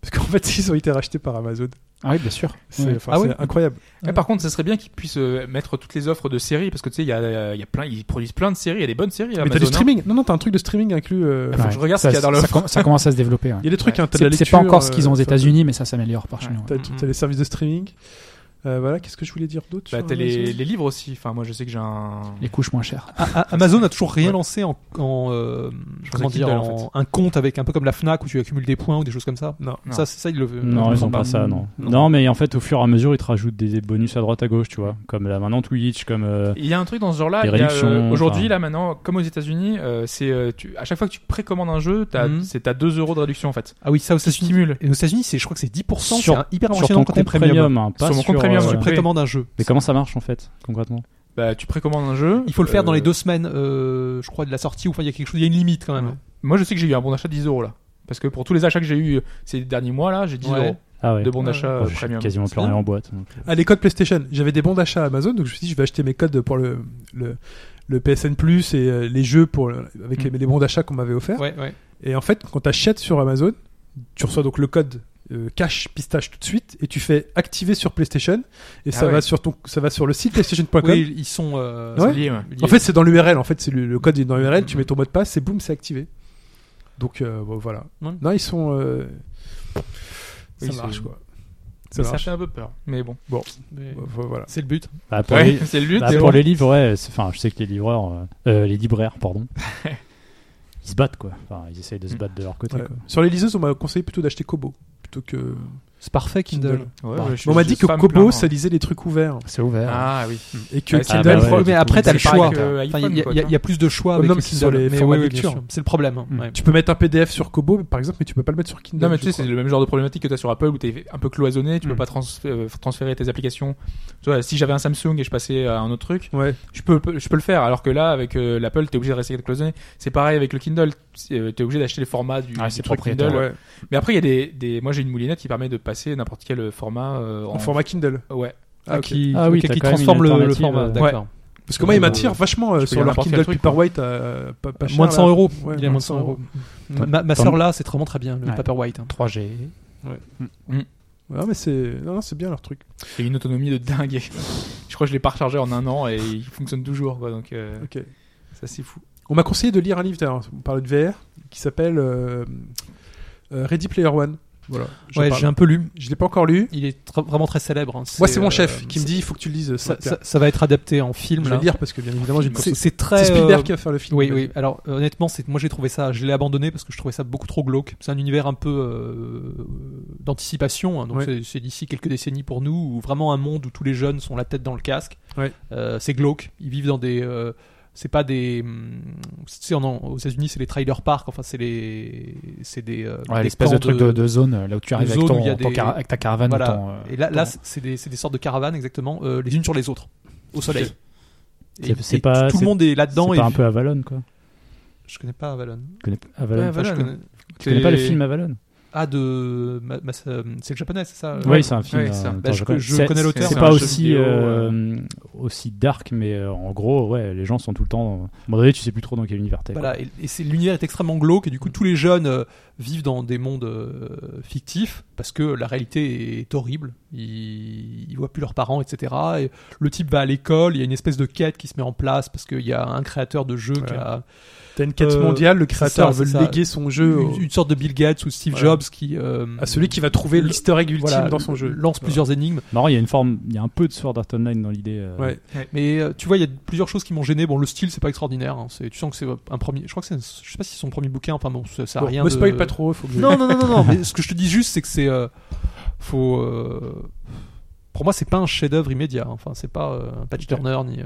Speaker 1: Parce qu'en fait, ils ont été rachetés par Amazon.
Speaker 4: Ah oui, bien sûr.
Speaker 1: C'est
Speaker 4: Ouais.
Speaker 1: enfin,
Speaker 5: Ah
Speaker 1: c'est
Speaker 5: ouais
Speaker 1: incroyable.
Speaker 2: Ouais, par contre, ça serait bien qu'ils puissent euh, mettre toutes les offres de séries parce que tu sais, il y a, euh, il y a plein, ils produisent plein de séries, il y a des bonnes séries.
Speaker 1: Mais
Speaker 2: Amazon,
Speaker 1: t'as du
Speaker 2: hein.
Speaker 1: streaming. Non, non, t'as un truc de streaming inclus. euh,
Speaker 2: Faut que
Speaker 4: Ouais.
Speaker 2: je regarde ce
Speaker 4: Ça-
Speaker 2: qu'il y a dans le-
Speaker 4: ça com- Ça commence à se développer. ouais.
Speaker 1: Il y a des trucs, hein, t'as de la
Speaker 4: C'est c'est
Speaker 1: lecture.
Speaker 4: pas encore ce qu'ils ont aux
Speaker 1: euh, enfin,
Speaker 4: États-Unis, mais ça s'améliore par chez nous. ouais.
Speaker 1: T'as
Speaker 2: Mhm.
Speaker 1: t'as les services de streaming. Euh, voilà, qu'est-ce que je voulais dire d'autre
Speaker 2: Bah,
Speaker 1: sur
Speaker 2: t'as les,
Speaker 1: Amazon
Speaker 2: les livres aussi. Enfin, moi, je sais que j'ai un.
Speaker 4: Les couches moins chères.
Speaker 5: A- A- Ah, Amazon a toujours rien
Speaker 1: Ouais.
Speaker 5: lancé en, en, euh, comment
Speaker 2: pensais
Speaker 5: dire,
Speaker 2: Kindle,
Speaker 5: en-
Speaker 2: en
Speaker 5: un compte avec un peu comme la Fnac où tu accumules des points ou des choses comme ça.
Speaker 1: Non.
Speaker 2: Non.
Speaker 5: Ça, c'est ça, ils le veulent.
Speaker 3: Non, ils ont pas ça, non. non. mais en fait, au fur et à mesure, ils te rajoutent des des bonus à droite à gauche, tu vois. Comme là, maintenant Twitch, comme. euh,
Speaker 2: Il y a un truc dans ce genre-là.
Speaker 3: Des
Speaker 2: il y a, euh,
Speaker 3: réductions,
Speaker 2: Aujourd'hui,
Speaker 3: enfin.
Speaker 2: là maintenant, comme aux États-Unis, euh, c'est euh, tu- à chaque fois que tu précommandes un jeu, t'as
Speaker 5: Mhm.
Speaker 2: c'est- t'as 2 euros de réduction en fait.
Speaker 5: Ah oui, ça aux États-Unis.
Speaker 2: Stimule.
Speaker 5: Et aux États-Unis, c'est- je crois que c'est 10%.
Speaker 3: Sur-
Speaker 5: C'est un- hyper
Speaker 3: Sur
Speaker 5: impressionnant
Speaker 3: ton
Speaker 5: quand t'es
Speaker 3: compte
Speaker 5: premium.
Speaker 3: premium, hein, pas
Speaker 2: Sur mon compte premium,
Speaker 5: Tu
Speaker 2: ouais.
Speaker 5: précommandes un jeu.
Speaker 3: Mais comment ça marche en fait, concrètement
Speaker 2: Bah, tu précommandes un jeu.
Speaker 5: Il faut le faire dans
Speaker 2: euh,
Speaker 5: les deux semaines, euh, je crois, de la sortie. Ou enfin, il y a quelque chose, il y a une limite quand même.
Speaker 2: Moi, je sais que j'ai eu un bon d'achat de 10 euros là. Parce que pour tous les achats que j'ai eu euh, ces derniers mois là, j'ai 10
Speaker 5: Ouais.
Speaker 2: euros
Speaker 3: Ah ouais.
Speaker 2: de bons
Speaker 5: Ouais.
Speaker 2: d'achat
Speaker 3: Bon,
Speaker 2: euh,
Speaker 3: je suis
Speaker 2: premium.
Speaker 3: quasiment
Speaker 5: C'est
Speaker 3: plus rien
Speaker 5: bien.
Speaker 3: en boîte. donc. euh,
Speaker 1: Ah, les codes PlayStation. J'avais des bons d'achat à Amazon, donc je me suis dit, je vais acheter mes codes pour le, le, le PSN Plus et euh, les jeux pour, le-
Speaker 4: Mm.
Speaker 1: avec les, les bons d'achat qu'on m'avait offerts.
Speaker 5: Ouais, ouais.
Speaker 1: Et en fait, quand tu achètes sur Amazon, tu reçois donc le code euh, cache pistache tout de suite et tu fais activer sur PlayStation et ça
Speaker 2: Ah ouais.
Speaker 1: va sur ton ça va sur le site PlayStation.com.
Speaker 5: Oui, ils- ils sont. euh,
Speaker 1: Ouais.
Speaker 2: C'est lié, ouais.
Speaker 5: liés.
Speaker 1: En fait, c'est dans l'URL. En fait, c'est le, le code est dans l'URL. Tu mets ton mot de passe et boum, c'est activé. Donc euh, bon, voilà.
Speaker 5: Ouais.
Speaker 1: Non, ils sont. euh, Ça
Speaker 2: Oui,
Speaker 1: marche
Speaker 2: c'est-
Speaker 1: quoi. Ça
Speaker 2: Mais Ça
Speaker 1: marche.
Speaker 2: fait un peu peur. Mais bon.
Speaker 5: Mais
Speaker 1: Ouais, Voilà.
Speaker 5: C'est le but.
Speaker 3: Bah, pour
Speaker 2: Ouais,
Speaker 3: les-
Speaker 2: c'est le but.
Speaker 3: bah,
Speaker 2: c'est
Speaker 3: pour
Speaker 2: bon.
Speaker 3: les livres, ouais. c'est- Enfin, je sais que les livreurs, euh, euh, les libraires, pardon, ils se battent quoi. Enfin, ils essayent de se battre de leur côté.
Speaker 1: Ouais.
Speaker 3: quoi.
Speaker 1: Euh, Sur les liseuses, on m'a conseillé plutôt d'acheter Kobo plutôt que
Speaker 5: C'est parfait, Kindle.
Speaker 1: Kindle.
Speaker 2: Ouais,
Speaker 3: Bah,
Speaker 2: ouais, je-
Speaker 1: on m'a
Speaker 2: je-
Speaker 1: dit
Speaker 2: je
Speaker 1: que
Speaker 2: pas me
Speaker 1: Kobo,
Speaker 2: plaindre.
Speaker 1: ça lisait les trucs ouverts
Speaker 3: C'est ouvert.
Speaker 2: Ah oui.
Speaker 1: et que
Speaker 2: hein. Ouais, c'est
Speaker 1: Kindle.
Speaker 3: bah ouais.
Speaker 1: euh,
Speaker 5: mais
Speaker 3: du
Speaker 5: après,
Speaker 3: coup,
Speaker 5: t'as le
Speaker 2: c'est pareil
Speaker 5: choix.
Speaker 2: que,
Speaker 5: Enfin,
Speaker 2: euh,
Speaker 5: Il
Speaker 2: iPhone,
Speaker 5: y, a-
Speaker 2: quoi,
Speaker 5: il y a-
Speaker 2: tu
Speaker 5: il y a plus de choix avec
Speaker 1: non, mais
Speaker 5: le
Speaker 1: c'est
Speaker 5: Kindle.
Speaker 1: sur les
Speaker 5: Mais
Speaker 1: formats
Speaker 5: oui, oui,
Speaker 1: de
Speaker 5: bien
Speaker 1: lecture.
Speaker 5: sûr. C'est le problème.
Speaker 3: Mm.
Speaker 5: ouais.
Speaker 1: Tu peux mettre un PDF sur Kobo, par exemple, mais tu peux pas le mettre sur Kindle.
Speaker 2: Non, mais
Speaker 1: je
Speaker 2: tu sais, c'est
Speaker 1: crois.
Speaker 2: le même genre de problématique que tu as sur Apple où tu es un peu cloisonné, tu
Speaker 3: Mm.
Speaker 2: peux pas trans- euh, transférer tes applications. Tu vois, si j'avais un Samsung et je passais à un autre truc,
Speaker 1: Ouais.
Speaker 2: je peux, je peux le faire. Alors que là, avec euh, l'Apple, tu es obligé de rester cloisonné. C'est pareil avec le Kindle, tu es obligé d'acheter les formats du,
Speaker 3: Ah,
Speaker 2: du
Speaker 3: c'est
Speaker 2: truc
Speaker 3: propriétaire,
Speaker 2: Kindle.
Speaker 1: Ouais.
Speaker 2: Mais après, il y a des, des- Moi, j'ai une moulinette qui permet de passer n'importe quel format. euh,
Speaker 1: En format Kindle.
Speaker 2: Ouais.
Speaker 1: Ah, ok.
Speaker 5: qui,
Speaker 3: Ah oui,
Speaker 5: ok,
Speaker 3: t'as
Speaker 5: qui
Speaker 3: quand même
Speaker 5: transforme
Speaker 3: une
Speaker 5: le, le
Speaker 3: alternative,
Speaker 5: format.
Speaker 3: euh,
Speaker 5: D'accord.
Speaker 1: Parce que moi, il
Speaker 2: Euh,
Speaker 1: m'attire vachement euh,
Speaker 2: peux
Speaker 1: sur
Speaker 2: lire
Speaker 1: leur
Speaker 2: n'importe quel
Speaker 1: Kindle
Speaker 2: truc,
Speaker 1: Paperwhite à pas, pas cher,
Speaker 5: Moins de 100
Speaker 1: là.
Speaker 5: euros.
Speaker 1: Ouais,
Speaker 5: Il est à moins de 100 euros. Ma- Ma, ma
Speaker 3: Tant
Speaker 5: soeur
Speaker 3: mieux.
Speaker 5: là, c'est vraiment très bien, le
Speaker 3: Ouais.
Speaker 5: Paperwhite. hein.
Speaker 3: 3G.
Speaker 1: Non, Ah, mais c'est non, non, c'est bien leur truc.
Speaker 2: C'est une autonomie de dingue. je crois que je l'ai pas rechargé en un an et il fonctionne toujours. Quoi, donc, euh,
Speaker 1: Ok.
Speaker 2: ça, c'est fou.
Speaker 1: On m'a conseillé de lire un livre, d'ailleurs, on parlait de VR, qui s'appelle euh, euh, Ready Player One. Voilà. j'en
Speaker 5: Ouais,
Speaker 1: parle.
Speaker 5: j'ai un peu lu.
Speaker 1: Je l'ai pas encore lu.
Speaker 5: Il est tr- vraiment très célèbre. hein.
Speaker 1: Moi, c'est mon
Speaker 5: euh,
Speaker 1: chef qui me
Speaker 5: c'est-
Speaker 1: dit il faut que tu le lises. Ça,
Speaker 5: Ça,
Speaker 1: te
Speaker 5: ça-
Speaker 1: plaira.
Speaker 5: ça va être adapté en film.
Speaker 1: je vais
Speaker 5: là.
Speaker 1: le lire parce que, bien évidemment, j'ai une
Speaker 5: C'est
Speaker 1: course.
Speaker 5: c'est très.
Speaker 1: C'est Spielberg
Speaker 5: euh,
Speaker 1: qui va faire le film.
Speaker 5: Oui,
Speaker 1: vas-y.
Speaker 5: oui. Alors, euh, honnêtement, c'est moi j'ai trouvé ça, je l'ai abandonné parce que je trouvais ça beaucoup trop glauque. C'est un univers un peu euh, d'anticipation, hein. donc
Speaker 1: Ouais.
Speaker 5: c'est- c'est d'ici quelques décennies pour nous, où vraiment un monde où tous les jeunes sont la tête dans le casque.
Speaker 1: Ouais.
Speaker 5: Euh, c'est glauque. Ils vivent dans des, euh, c'est pas des, hum, tu sais, en- en- aux États-Unis c'est les trailer parks. Enfin, c'est les, c'est des, euh,
Speaker 3: Ouais,
Speaker 5: des
Speaker 3: l'espèce
Speaker 5: camps
Speaker 3: de truc de, de zone euh, là où tu arrives avec,
Speaker 5: zone où
Speaker 3: ton,
Speaker 5: il y a
Speaker 3: ton
Speaker 5: des-
Speaker 3: car- avec ta caravane.
Speaker 5: voilà.
Speaker 3: ou ton, euh,
Speaker 5: Et là, là,
Speaker 3: ton-
Speaker 5: c'est des, c'est des sortes de caravanes exactement, euh, les unes sur les autres, au soleil.
Speaker 3: C'est-
Speaker 5: Et-
Speaker 3: c'est
Speaker 5: et
Speaker 3: pas-
Speaker 5: tout
Speaker 3: c'est-
Speaker 5: le monde est là-dedans
Speaker 3: c'est
Speaker 5: et
Speaker 3: pas un peu Avalon quoi.
Speaker 5: je connais pas Avalon.
Speaker 3: Tu connais, Avalon,
Speaker 2: Ouais,
Speaker 5: Enfin, je
Speaker 2: Avalon.
Speaker 5: connais-
Speaker 3: Tu connais pas le film Avalon
Speaker 5: Ah, de. ma- ma- euh, c'est le japonais, c'est ça euh,
Speaker 3: Oui, c'est un film.
Speaker 2: ouais,
Speaker 3: euh,
Speaker 2: c'est un-
Speaker 3: dans
Speaker 5: bah, je-
Speaker 3: le Japon.
Speaker 5: je
Speaker 3: C'est-
Speaker 5: connais l'auteur,
Speaker 3: C'est
Speaker 5: mais
Speaker 3: pas
Speaker 5: un jeu
Speaker 3: aussi
Speaker 2: vidéo,
Speaker 3: euh, aussi dark, mais euh, en gros, ouais, les gens sont tout le temps. À un moment donné, tu sais plus trop dans quel univers t'es.
Speaker 5: Voilà, et, et c'est l'univers est extrêmement glauque, et du coup, tous les jeunes euh, vivent dans des mondes euh, fictifs, parce que la réalité est horrible. Ils, ils voient plus leurs parents, etc. Et le type va à l'école, il y a une espèce de quête qui se met en place, parce qu'il y a un créateur de jeu qui
Speaker 1: Ouais.
Speaker 5: a
Speaker 1: T'as une quête
Speaker 5: Euh,
Speaker 1: mondiale, le
Speaker 5: c'est
Speaker 1: créateur
Speaker 5: ça,
Speaker 1: veut
Speaker 5: c'est ça.
Speaker 1: léguer son jeu au-
Speaker 5: une, une sorte de Bill Gates ou Steve
Speaker 1: Voilà.
Speaker 5: Jobs qui. euh,
Speaker 1: à celui qui va trouver
Speaker 5: le-
Speaker 1: l'easter egg ultime
Speaker 5: voilà,
Speaker 1: dans son jeu.
Speaker 5: Lance plusieurs énigmes.
Speaker 3: Marrant, il y a une forme, il y a un peu de Sword Art Online dans l'idée. euh,
Speaker 1: Ouais.
Speaker 5: Mais euh, tu vois, il y a plusieurs choses qui m'ont gêné. Bon, le style, c'est pas extraordinaire. hein. C'est, tu sens que c'est un premier. Je crois que c'est, un- je sais pas si c'est son premier bouquin. Enfin bon, ça, ça a
Speaker 1: Bon,
Speaker 5: rien.
Speaker 1: me
Speaker 5: de-
Speaker 1: spoil pas trop, faut que je-
Speaker 5: Non, non, non, non, non. Mais ce que je te dis juste, c'est que c'est, euh, faut. euh, Pour moi, c'est pas un chef-d'œuvre immédiat. hein. Enfin, c'est pas euh, un patch turner ni. euh,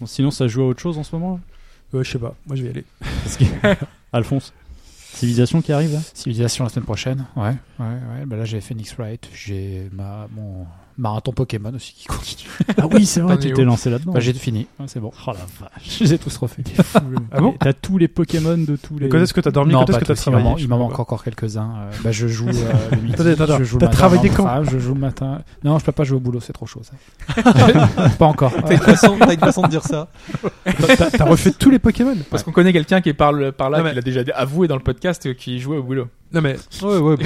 Speaker 3: Bon, sinon, ça joue à autre chose en ce moment. là
Speaker 1: Euh, je sais pas, moi je vais y aller.
Speaker 3: Parce que- Alphonse, civilisation qui arrive. là
Speaker 4: Civilisation la semaine prochaine. Ouais, ouais, ouais. Bah là, j'ai Phoenix Wright. J'ai ma, mon marathon Pokémon aussi qui continue.
Speaker 3: Ah oui, c'est
Speaker 2: vrai,
Speaker 3: Tu
Speaker 2: Néo.
Speaker 3: t'es lancé là-dedans.
Speaker 4: Bah, j'ai fini. Ouais, c'est bon.
Speaker 3: Oh la vache.
Speaker 4: Je les ai tous refaits.
Speaker 1: Ah bon
Speaker 3: Et T'as tous les Pokémon de tous les.
Speaker 1: Quand est-ce que t'as dormi
Speaker 4: non,
Speaker 1: Quand est-ce que t'as
Speaker 4: pas tous. Il m'en
Speaker 1: travaillé
Speaker 4: manque-
Speaker 1: Je
Speaker 4: Il m'en
Speaker 1: sais
Speaker 4: manque
Speaker 1: pas.
Speaker 4: encore quelques-uns. Euh, bah, je joue euh, le midi.
Speaker 1: Attendez, attendez,
Speaker 4: je joue le
Speaker 1: t'as
Speaker 4: matin
Speaker 1: travaillé
Speaker 4: avant
Speaker 1: quand
Speaker 4: le travail, Je joue le matin. Non, je peux pas jouer au boulot, c'est trop chaud ça. pas encore.
Speaker 5: T'as une façon, t'as une façon de dire ça.
Speaker 1: T'as- t'as- T'as refait tous les Pokémon
Speaker 2: Parce qu'on connaît quelqu'un qui parle par là,
Speaker 1: Non, mais-
Speaker 2: qui l'a déjà avoué dans le podcast, euh, qui jouait au boulot.
Speaker 1: Non mais
Speaker 5: Ouais, ouais.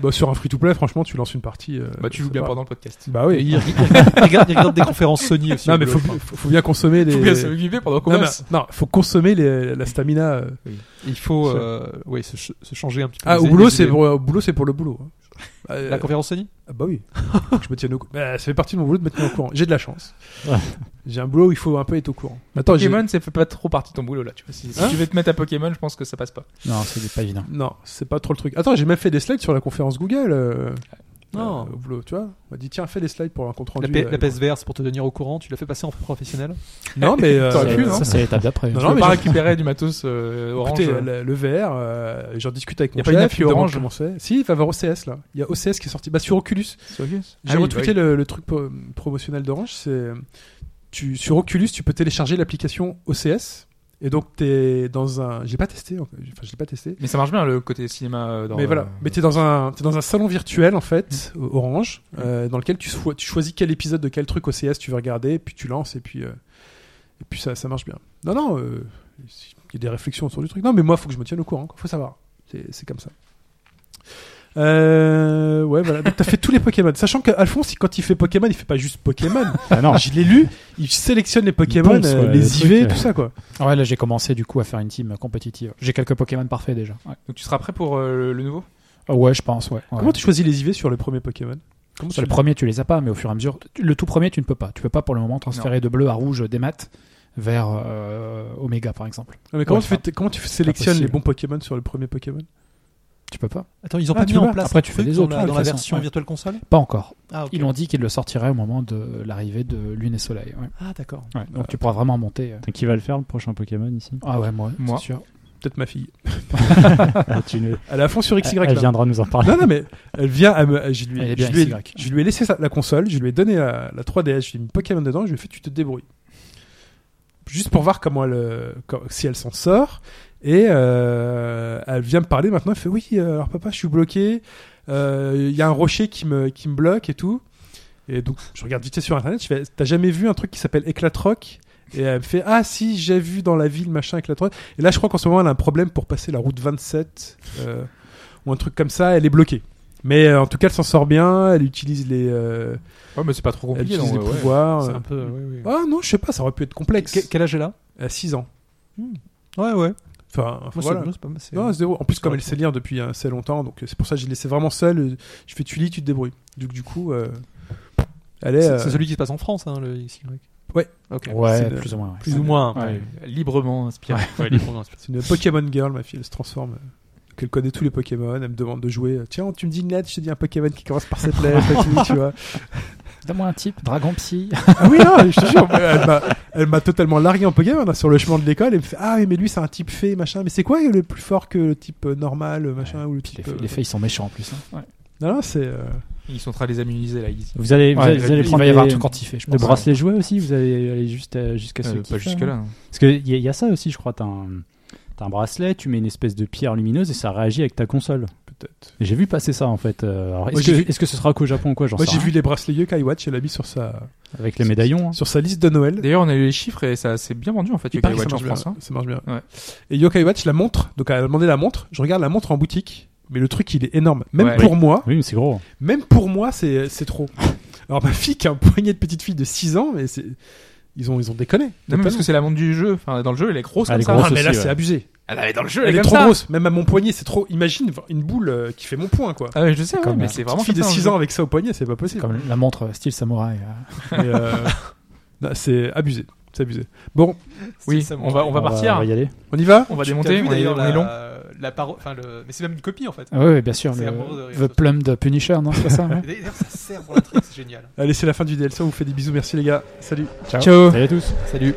Speaker 1: bah, sur un free-to-play, franchement, tu lances une partie. euh,
Speaker 2: Bah, tu joues
Speaker 1: c'est
Speaker 2: bien
Speaker 1: pas-
Speaker 2: pendant le podcast.
Speaker 1: Bah oui.
Speaker 5: Il, regarde- il regarde, il regarde des conférences Sony aussi.
Speaker 1: Non
Speaker 5: au
Speaker 1: mais faut,
Speaker 5: boulot.
Speaker 1: faut, faut bien consommer les.
Speaker 2: Faut bien se viver pendant qu'on
Speaker 1: non, mais,
Speaker 2: bosse.
Speaker 1: non, faut consommer les- la stamina. euh.
Speaker 5: Il faut, euh, ouais, se, ch- se changer un petit peu.
Speaker 1: Ah, au
Speaker 5: les-
Speaker 1: boulot,
Speaker 5: les
Speaker 1: c'est
Speaker 5: idées.
Speaker 1: pour, au boulot, c'est pour le boulot. hein.
Speaker 5: La
Speaker 1: Euh,
Speaker 5: conférence Sony.
Speaker 1: Ah bah oui, Faut que je me tienne au courant. Bah, ça fait partie de mon boulot de me tenir au courant. J'ai de la chance.
Speaker 3: Ouais.
Speaker 1: J'ai un boulot où il faut un peu être au courant. Attends, j'ai...
Speaker 2: Pokémon, ça fait pas trop partie de ton boulot là. Tu vois, si si
Speaker 1: Hein
Speaker 2: tu veux te mettre à Pokémon, je pense que ça passe pas.
Speaker 4: Non, c'est pas évident.
Speaker 1: Non, c'est pas trop le truc. Attends, j'ai même fait des slides sur la conférence Google. euh,
Speaker 5: Non.
Speaker 1: euh, au boulot, tu vois. On m'a dit tiens, fais des slides pour un compte
Speaker 5: La,
Speaker 1: rendu.
Speaker 5: P-
Speaker 1: euh,
Speaker 5: la PSVR, c'est pour te tenir au courant. Tu l'as fait passer en professionnel.
Speaker 1: Non mais euh,
Speaker 2: T'aurais pu,
Speaker 1: euh,
Speaker 2: non
Speaker 4: Ça, c'est l'étape d'après.
Speaker 1: Non,
Speaker 2: Non,
Speaker 1: mais
Speaker 2: pas
Speaker 1: je-
Speaker 2: récupérer du matos euh, orange.
Speaker 1: Écoutez,
Speaker 2: euh,
Speaker 1: le, le VR, euh, j'en discute avec
Speaker 2: Y
Speaker 1: mon
Speaker 2: a pas une
Speaker 1: chef,
Speaker 2: appli
Speaker 1: il me demande
Speaker 2: Orange
Speaker 1: comment c'est. Si, il va voir OCS là. Il y a OCS qui est sorti. Bah, sur Oculus.
Speaker 2: sur Oculus.
Speaker 1: J'ai
Speaker 2: Ah oui,
Speaker 1: retweeté
Speaker 2: oui.
Speaker 1: le, le truc pro- promotionnel d'Orange. C'est tu sur Oculus, tu peux télécharger l'application OCS. Et donc t'es dans un. J'ai pas testé. Enfin, je l'ai pas testé.
Speaker 2: Mais ça marche bien le côté cinéma euh, dans.
Speaker 1: mais voilà. Mais t'es dans un t'es dans un salon virtuel en fait, euh, Orange, euh, dans lequel tu, soi- tu choisis quel épisode de quel truc OCS tu veux regarder, et puis tu lances et puis euh, et puis ça ça marche bien. Non non. euh, il y a des réflexions autour du truc. Non, mais moi, faut que je me tienne au courant. quoi. Faut savoir. C'est c'est comme ça. Euh, ouais, voilà. Donc t'as fait tous les Pokémon. Sachant qu'Alphonse, il- quand il fait Pokémon, il fait pas juste Pokémon.
Speaker 3: Ah non,
Speaker 1: Je l'ai lu, il sélectionne les Pokémon,
Speaker 3: ponce,
Speaker 1: euh,
Speaker 3: ouais, le
Speaker 1: les
Speaker 3: truc,
Speaker 1: IV,
Speaker 3: euh.
Speaker 1: tout ça, quoi.
Speaker 4: Ouais, là j'ai commencé du coup à faire une team compétitive. J'ai quelques Pokémon parfaits déjà. Ouais,
Speaker 2: Donc tu seras prêt pour euh, le nouveau
Speaker 4: Ah ouais je pense, ouais. ouais.
Speaker 1: Comment tu choisis les IV sur le premier Pokémon Comment
Speaker 4: Sur
Speaker 1: tu-
Speaker 4: le premier, tu les as pas, mais au fur et à mesure, tu- le tout premier, tu ne peux pas. Tu peux pas pour le moment transférer de bleu à rouge des maths vers euh, Oméga par exemple.
Speaker 1: Ah, mais comment,
Speaker 4: Ouais,
Speaker 1: tu fais- comment tu sélectionnes les
Speaker 4: possible.
Speaker 1: bons Pokémon sur le premier Pokémon
Speaker 4: Tu peux pas
Speaker 5: Attends, ils ont
Speaker 1: Ah,
Speaker 5: pas
Speaker 1: tu
Speaker 5: mis en
Speaker 1: l'as.
Speaker 5: place
Speaker 4: Après,
Speaker 5: un
Speaker 4: tu
Speaker 5: truc
Speaker 4: fais les
Speaker 5: dans
Speaker 4: autres,
Speaker 5: la- dans
Speaker 4: de toute
Speaker 5: la
Speaker 4: façon,
Speaker 5: version
Speaker 4: ouais.
Speaker 5: Virtual Console
Speaker 4: Pas encore.
Speaker 5: Ah, ok.
Speaker 4: Ils l'ont dit qu'ils le sortiraient au moment de l'arrivée de Lune et Soleil. ouais.
Speaker 5: Ah, d'accord.
Speaker 4: Ouais, donc tu pourras vraiment monter. euh.
Speaker 3: qui va le faire le prochain Pokémon ici
Speaker 4: Ah ouais, moi,
Speaker 2: Moi.
Speaker 4: c'est sûr.
Speaker 1: Peut-être ma fille.
Speaker 3: Ah, tu ne-
Speaker 1: Elle est à fond sur XY.
Speaker 3: Elle elle
Speaker 1: là.
Speaker 3: viendra nous en parler.
Speaker 1: Non, non, mais elle vient. à me- je, lui,
Speaker 4: Elle est bien
Speaker 1: je, lui ai,
Speaker 4: XY.
Speaker 1: je lui ai laissé sa- la console, je lui ai donné euh, la, la 3DS, je lui ai mis Pokémon dedans, je lui ai fait tu te débrouilles. Juste pour voir comment elle, euh, co- si elle s'en sort. Et euh, elle vient me parler maintenant, elle fait oui, euh, alors papa, je suis bloqué, Euh, il y a un rocher qui me, qui me bloque et tout. Et donc, je regarde vite fait sur internet, je fais t'as jamais vu un truc qui s'appelle Éclatroc et elle me fait ah si j'ai vu dans la ville machin Éclatroc et là je crois qu'en ce moment elle a un problème pour passer la route 27 euh, ou un truc comme ça elle est bloquée mais euh, en tout cas, elle s'en sort bien. Elle utilise les, euh,
Speaker 2: Ouais, mais c'est pas trop
Speaker 1: elle
Speaker 2: compliqué. euh,
Speaker 1: utilise
Speaker 2: donc,
Speaker 1: les
Speaker 2: ouais.
Speaker 1: pouvoirs.
Speaker 5: C'est un peu. oui, oui.
Speaker 1: Ah non, je sais pas, ça aurait pu être complexe.
Speaker 5: Que- Quel âge elle a
Speaker 1: À 6 ans.
Speaker 5: Ouais, ouais.
Speaker 1: Enfin, enfin,
Speaker 5: Moi,
Speaker 1: voilà.
Speaker 5: c'est- non, c'est pas mal, c'est-
Speaker 1: Non, zéro. En plus, comme
Speaker 5: Ouais.
Speaker 1: elle sait lire depuis assez longtemps, donc euh, c'est pour ça que je l'ai laissé vraiment seule. Euh, Je fais tu lis, tu te débrouilles. Donc du coup, euh, elle est,
Speaker 5: C'est
Speaker 1: euh,
Speaker 5: c'est celui qui se passe en France, hein, le XY.
Speaker 1: Ouais.
Speaker 5: Ok.
Speaker 1: c'est
Speaker 4: Ouais,
Speaker 1: de-
Speaker 4: plus ou moins. ouais.
Speaker 5: Plus ou moins.
Speaker 4: Ouais.
Speaker 5: Ouais.
Speaker 2: Librement inspiré.
Speaker 5: Ouais, les provinces.
Speaker 1: c'est une Pokémon girl, ma fille. Elle se transforme. euh, qu'elle connaît tous les Pokémon. Elle me demande de jouer. euh, Tiens, tu me dis une lettre, je te dis un Pokémon qui commence par cette lettre. et tout, tu vois.
Speaker 4: Donne-moi un type, Dragon Psy.
Speaker 1: Ah oui, non, je te jure, mais elle m'a- elle m'a totalement largué en Pokémon hein, sur le chemin de l'école. Elle me fait Ah, oui, mais lui, c'est un type fée, machin. Mais c'est quoi le plus fort que le type euh, normal, euh, machin, ou le
Speaker 4: les,
Speaker 1: type.
Speaker 4: fées-
Speaker 1: euh,
Speaker 4: les fées, ils sont méchants en plus. hein.
Speaker 1: Non, non, c'est. euh,
Speaker 2: Ils sont en train de les immuniser là. Ils...
Speaker 3: Vous allez, vous
Speaker 4: Ouais,
Speaker 3: allez, vous allez
Speaker 4: il
Speaker 3: prendre
Speaker 4: va y avoir un
Speaker 3: des-
Speaker 4: truc anti-fée, je
Speaker 3: de
Speaker 4: pense.
Speaker 3: bracelets jouets aussi. Vous allez aller juste à- jusqu'à ce
Speaker 2: Euh,
Speaker 3: qui
Speaker 2: pas
Speaker 3: fait,
Speaker 2: jusque
Speaker 3: hein.
Speaker 2: là.
Speaker 3: Parce que il y, a- il y a ça aussi, je crois. T'as un, t'as un bracelet, tu mets une espèce de pierre lumineuse et ça réagit avec ta console.
Speaker 1: Peut-être.
Speaker 3: J'ai vu passer ça en fait. Euh, alors,
Speaker 1: Moi,
Speaker 3: Est-ce
Speaker 1: j'ai
Speaker 3: que,
Speaker 1: vu-
Speaker 3: est-ce que ce sera qu'au Japon ou quoi J'en
Speaker 1: Moi,
Speaker 3: sais
Speaker 1: j'ai
Speaker 3: rien.
Speaker 1: vu les bracelets Yokai Watch. Elle a mis sur sa,
Speaker 3: Avec les médaillons. hein.
Speaker 1: sur sa liste de Noël.
Speaker 2: D'ailleurs, on a eu les chiffres et ça s'est bien vendu en fait.
Speaker 1: Il
Speaker 2: Yokai
Speaker 1: paraît que
Speaker 2: Watch
Speaker 1: ça
Speaker 2: en
Speaker 1: marche bien.
Speaker 2: France. hein.
Speaker 1: ça marche bien.
Speaker 2: Ouais.
Speaker 1: Et Yokai Watch, la montre. Donc, elle a demandé la montre. Je regarde la montre en boutique. Mais le truc, il est énorme. Même
Speaker 2: Ouais.
Speaker 1: pour moi,
Speaker 3: Oui, mais c'est gros.
Speaker 1: même pour moi, c'est c'est trop. Alors, ma fille qui a un poignet de petite fille de 6 ans, mais c'est. Ils ont, ils ont déconné.
Speaker 2: Non, mais parce
Speaker 1: totalement.
Speaker 2: que c'est la montre du jeu. Enfin, dans le jeu, elle est grosse
Speaker 3: Elle
Speaker 2: comme
Speaker 3: est
Speaker 2: ça.
Speaker 3: grosse
Speaker 1: Ah, mais
Speaker 3: aussi,
Speaker 1: là,
Speaker 3: ouais.
Speaker 1: c'est abusé.
Speaker 2: Ah, mais dans le jeu,
Speaker 1: Elle est
Speaker 2: comme
Speaker 1: trop
Speaker 2: ça.
Speaker 1: grosse, même à mon poignet, c'est trop. Imagine une boule euh, qui fait mon poing, quoi.
Speaker 2: Ah, ouais, je sais, ouais,
Speaker 4: Comme
Speaker 2: mais
Speaker 4: la
Speaker 2: c'est
Speaker 1: Vraiment,
Speaker 2: vraiment
Speaker 1: fille de
Speaker 2: comme ça, hein.
Speaker 1: 6
Speaker 2: dans
Speaker 1: ans avec ça au poignet, c'est pas possible.
Speaker 4: Comme la montre euh, style samouraï. euh.
Speaker 1: Mais, euh, non, c'est abusé, c'est abusé. Bon,
Speaker 2: le jeu. Oui,
Speaker 5: C'est ça,
Speaker 2: on va, on va
Speaker 3: On
Speaker 2: partir.
Speaker 3: va y aller.
Speaker 1: on y va.
Speaker 2: On va
Speaker 5: Tu-
Speaker 2: démonter.
Speaker 5: t'as vu
Speaker 2: On est
Speaker 5: d'ailleurs
Speaker 2: on est
Speaker 5: la-
Speaker 2: long.
Speaker 5: la paro- enfin, le- Mais c'est même une copie en fait.
Speaker 4: Ah oui, bien sûr.
Speaker 5: C'est
Speaker 4: Le,
Speaker 5: amoureux de rire,
Speaker 4: the
Speaker 5: ça.
Speaker 4: Plumbed Punisher, non C'est pas ça ouais
Speaker 5: Et D'ailleurs, ça sert pour la trick, c'est génial.
Speaker 1: Allez, c'est la fin du DLC. On vous fait des bisous. Merci les gars. Salut.
Speaker 3: Salut à tous.
Speaker 5: Salut.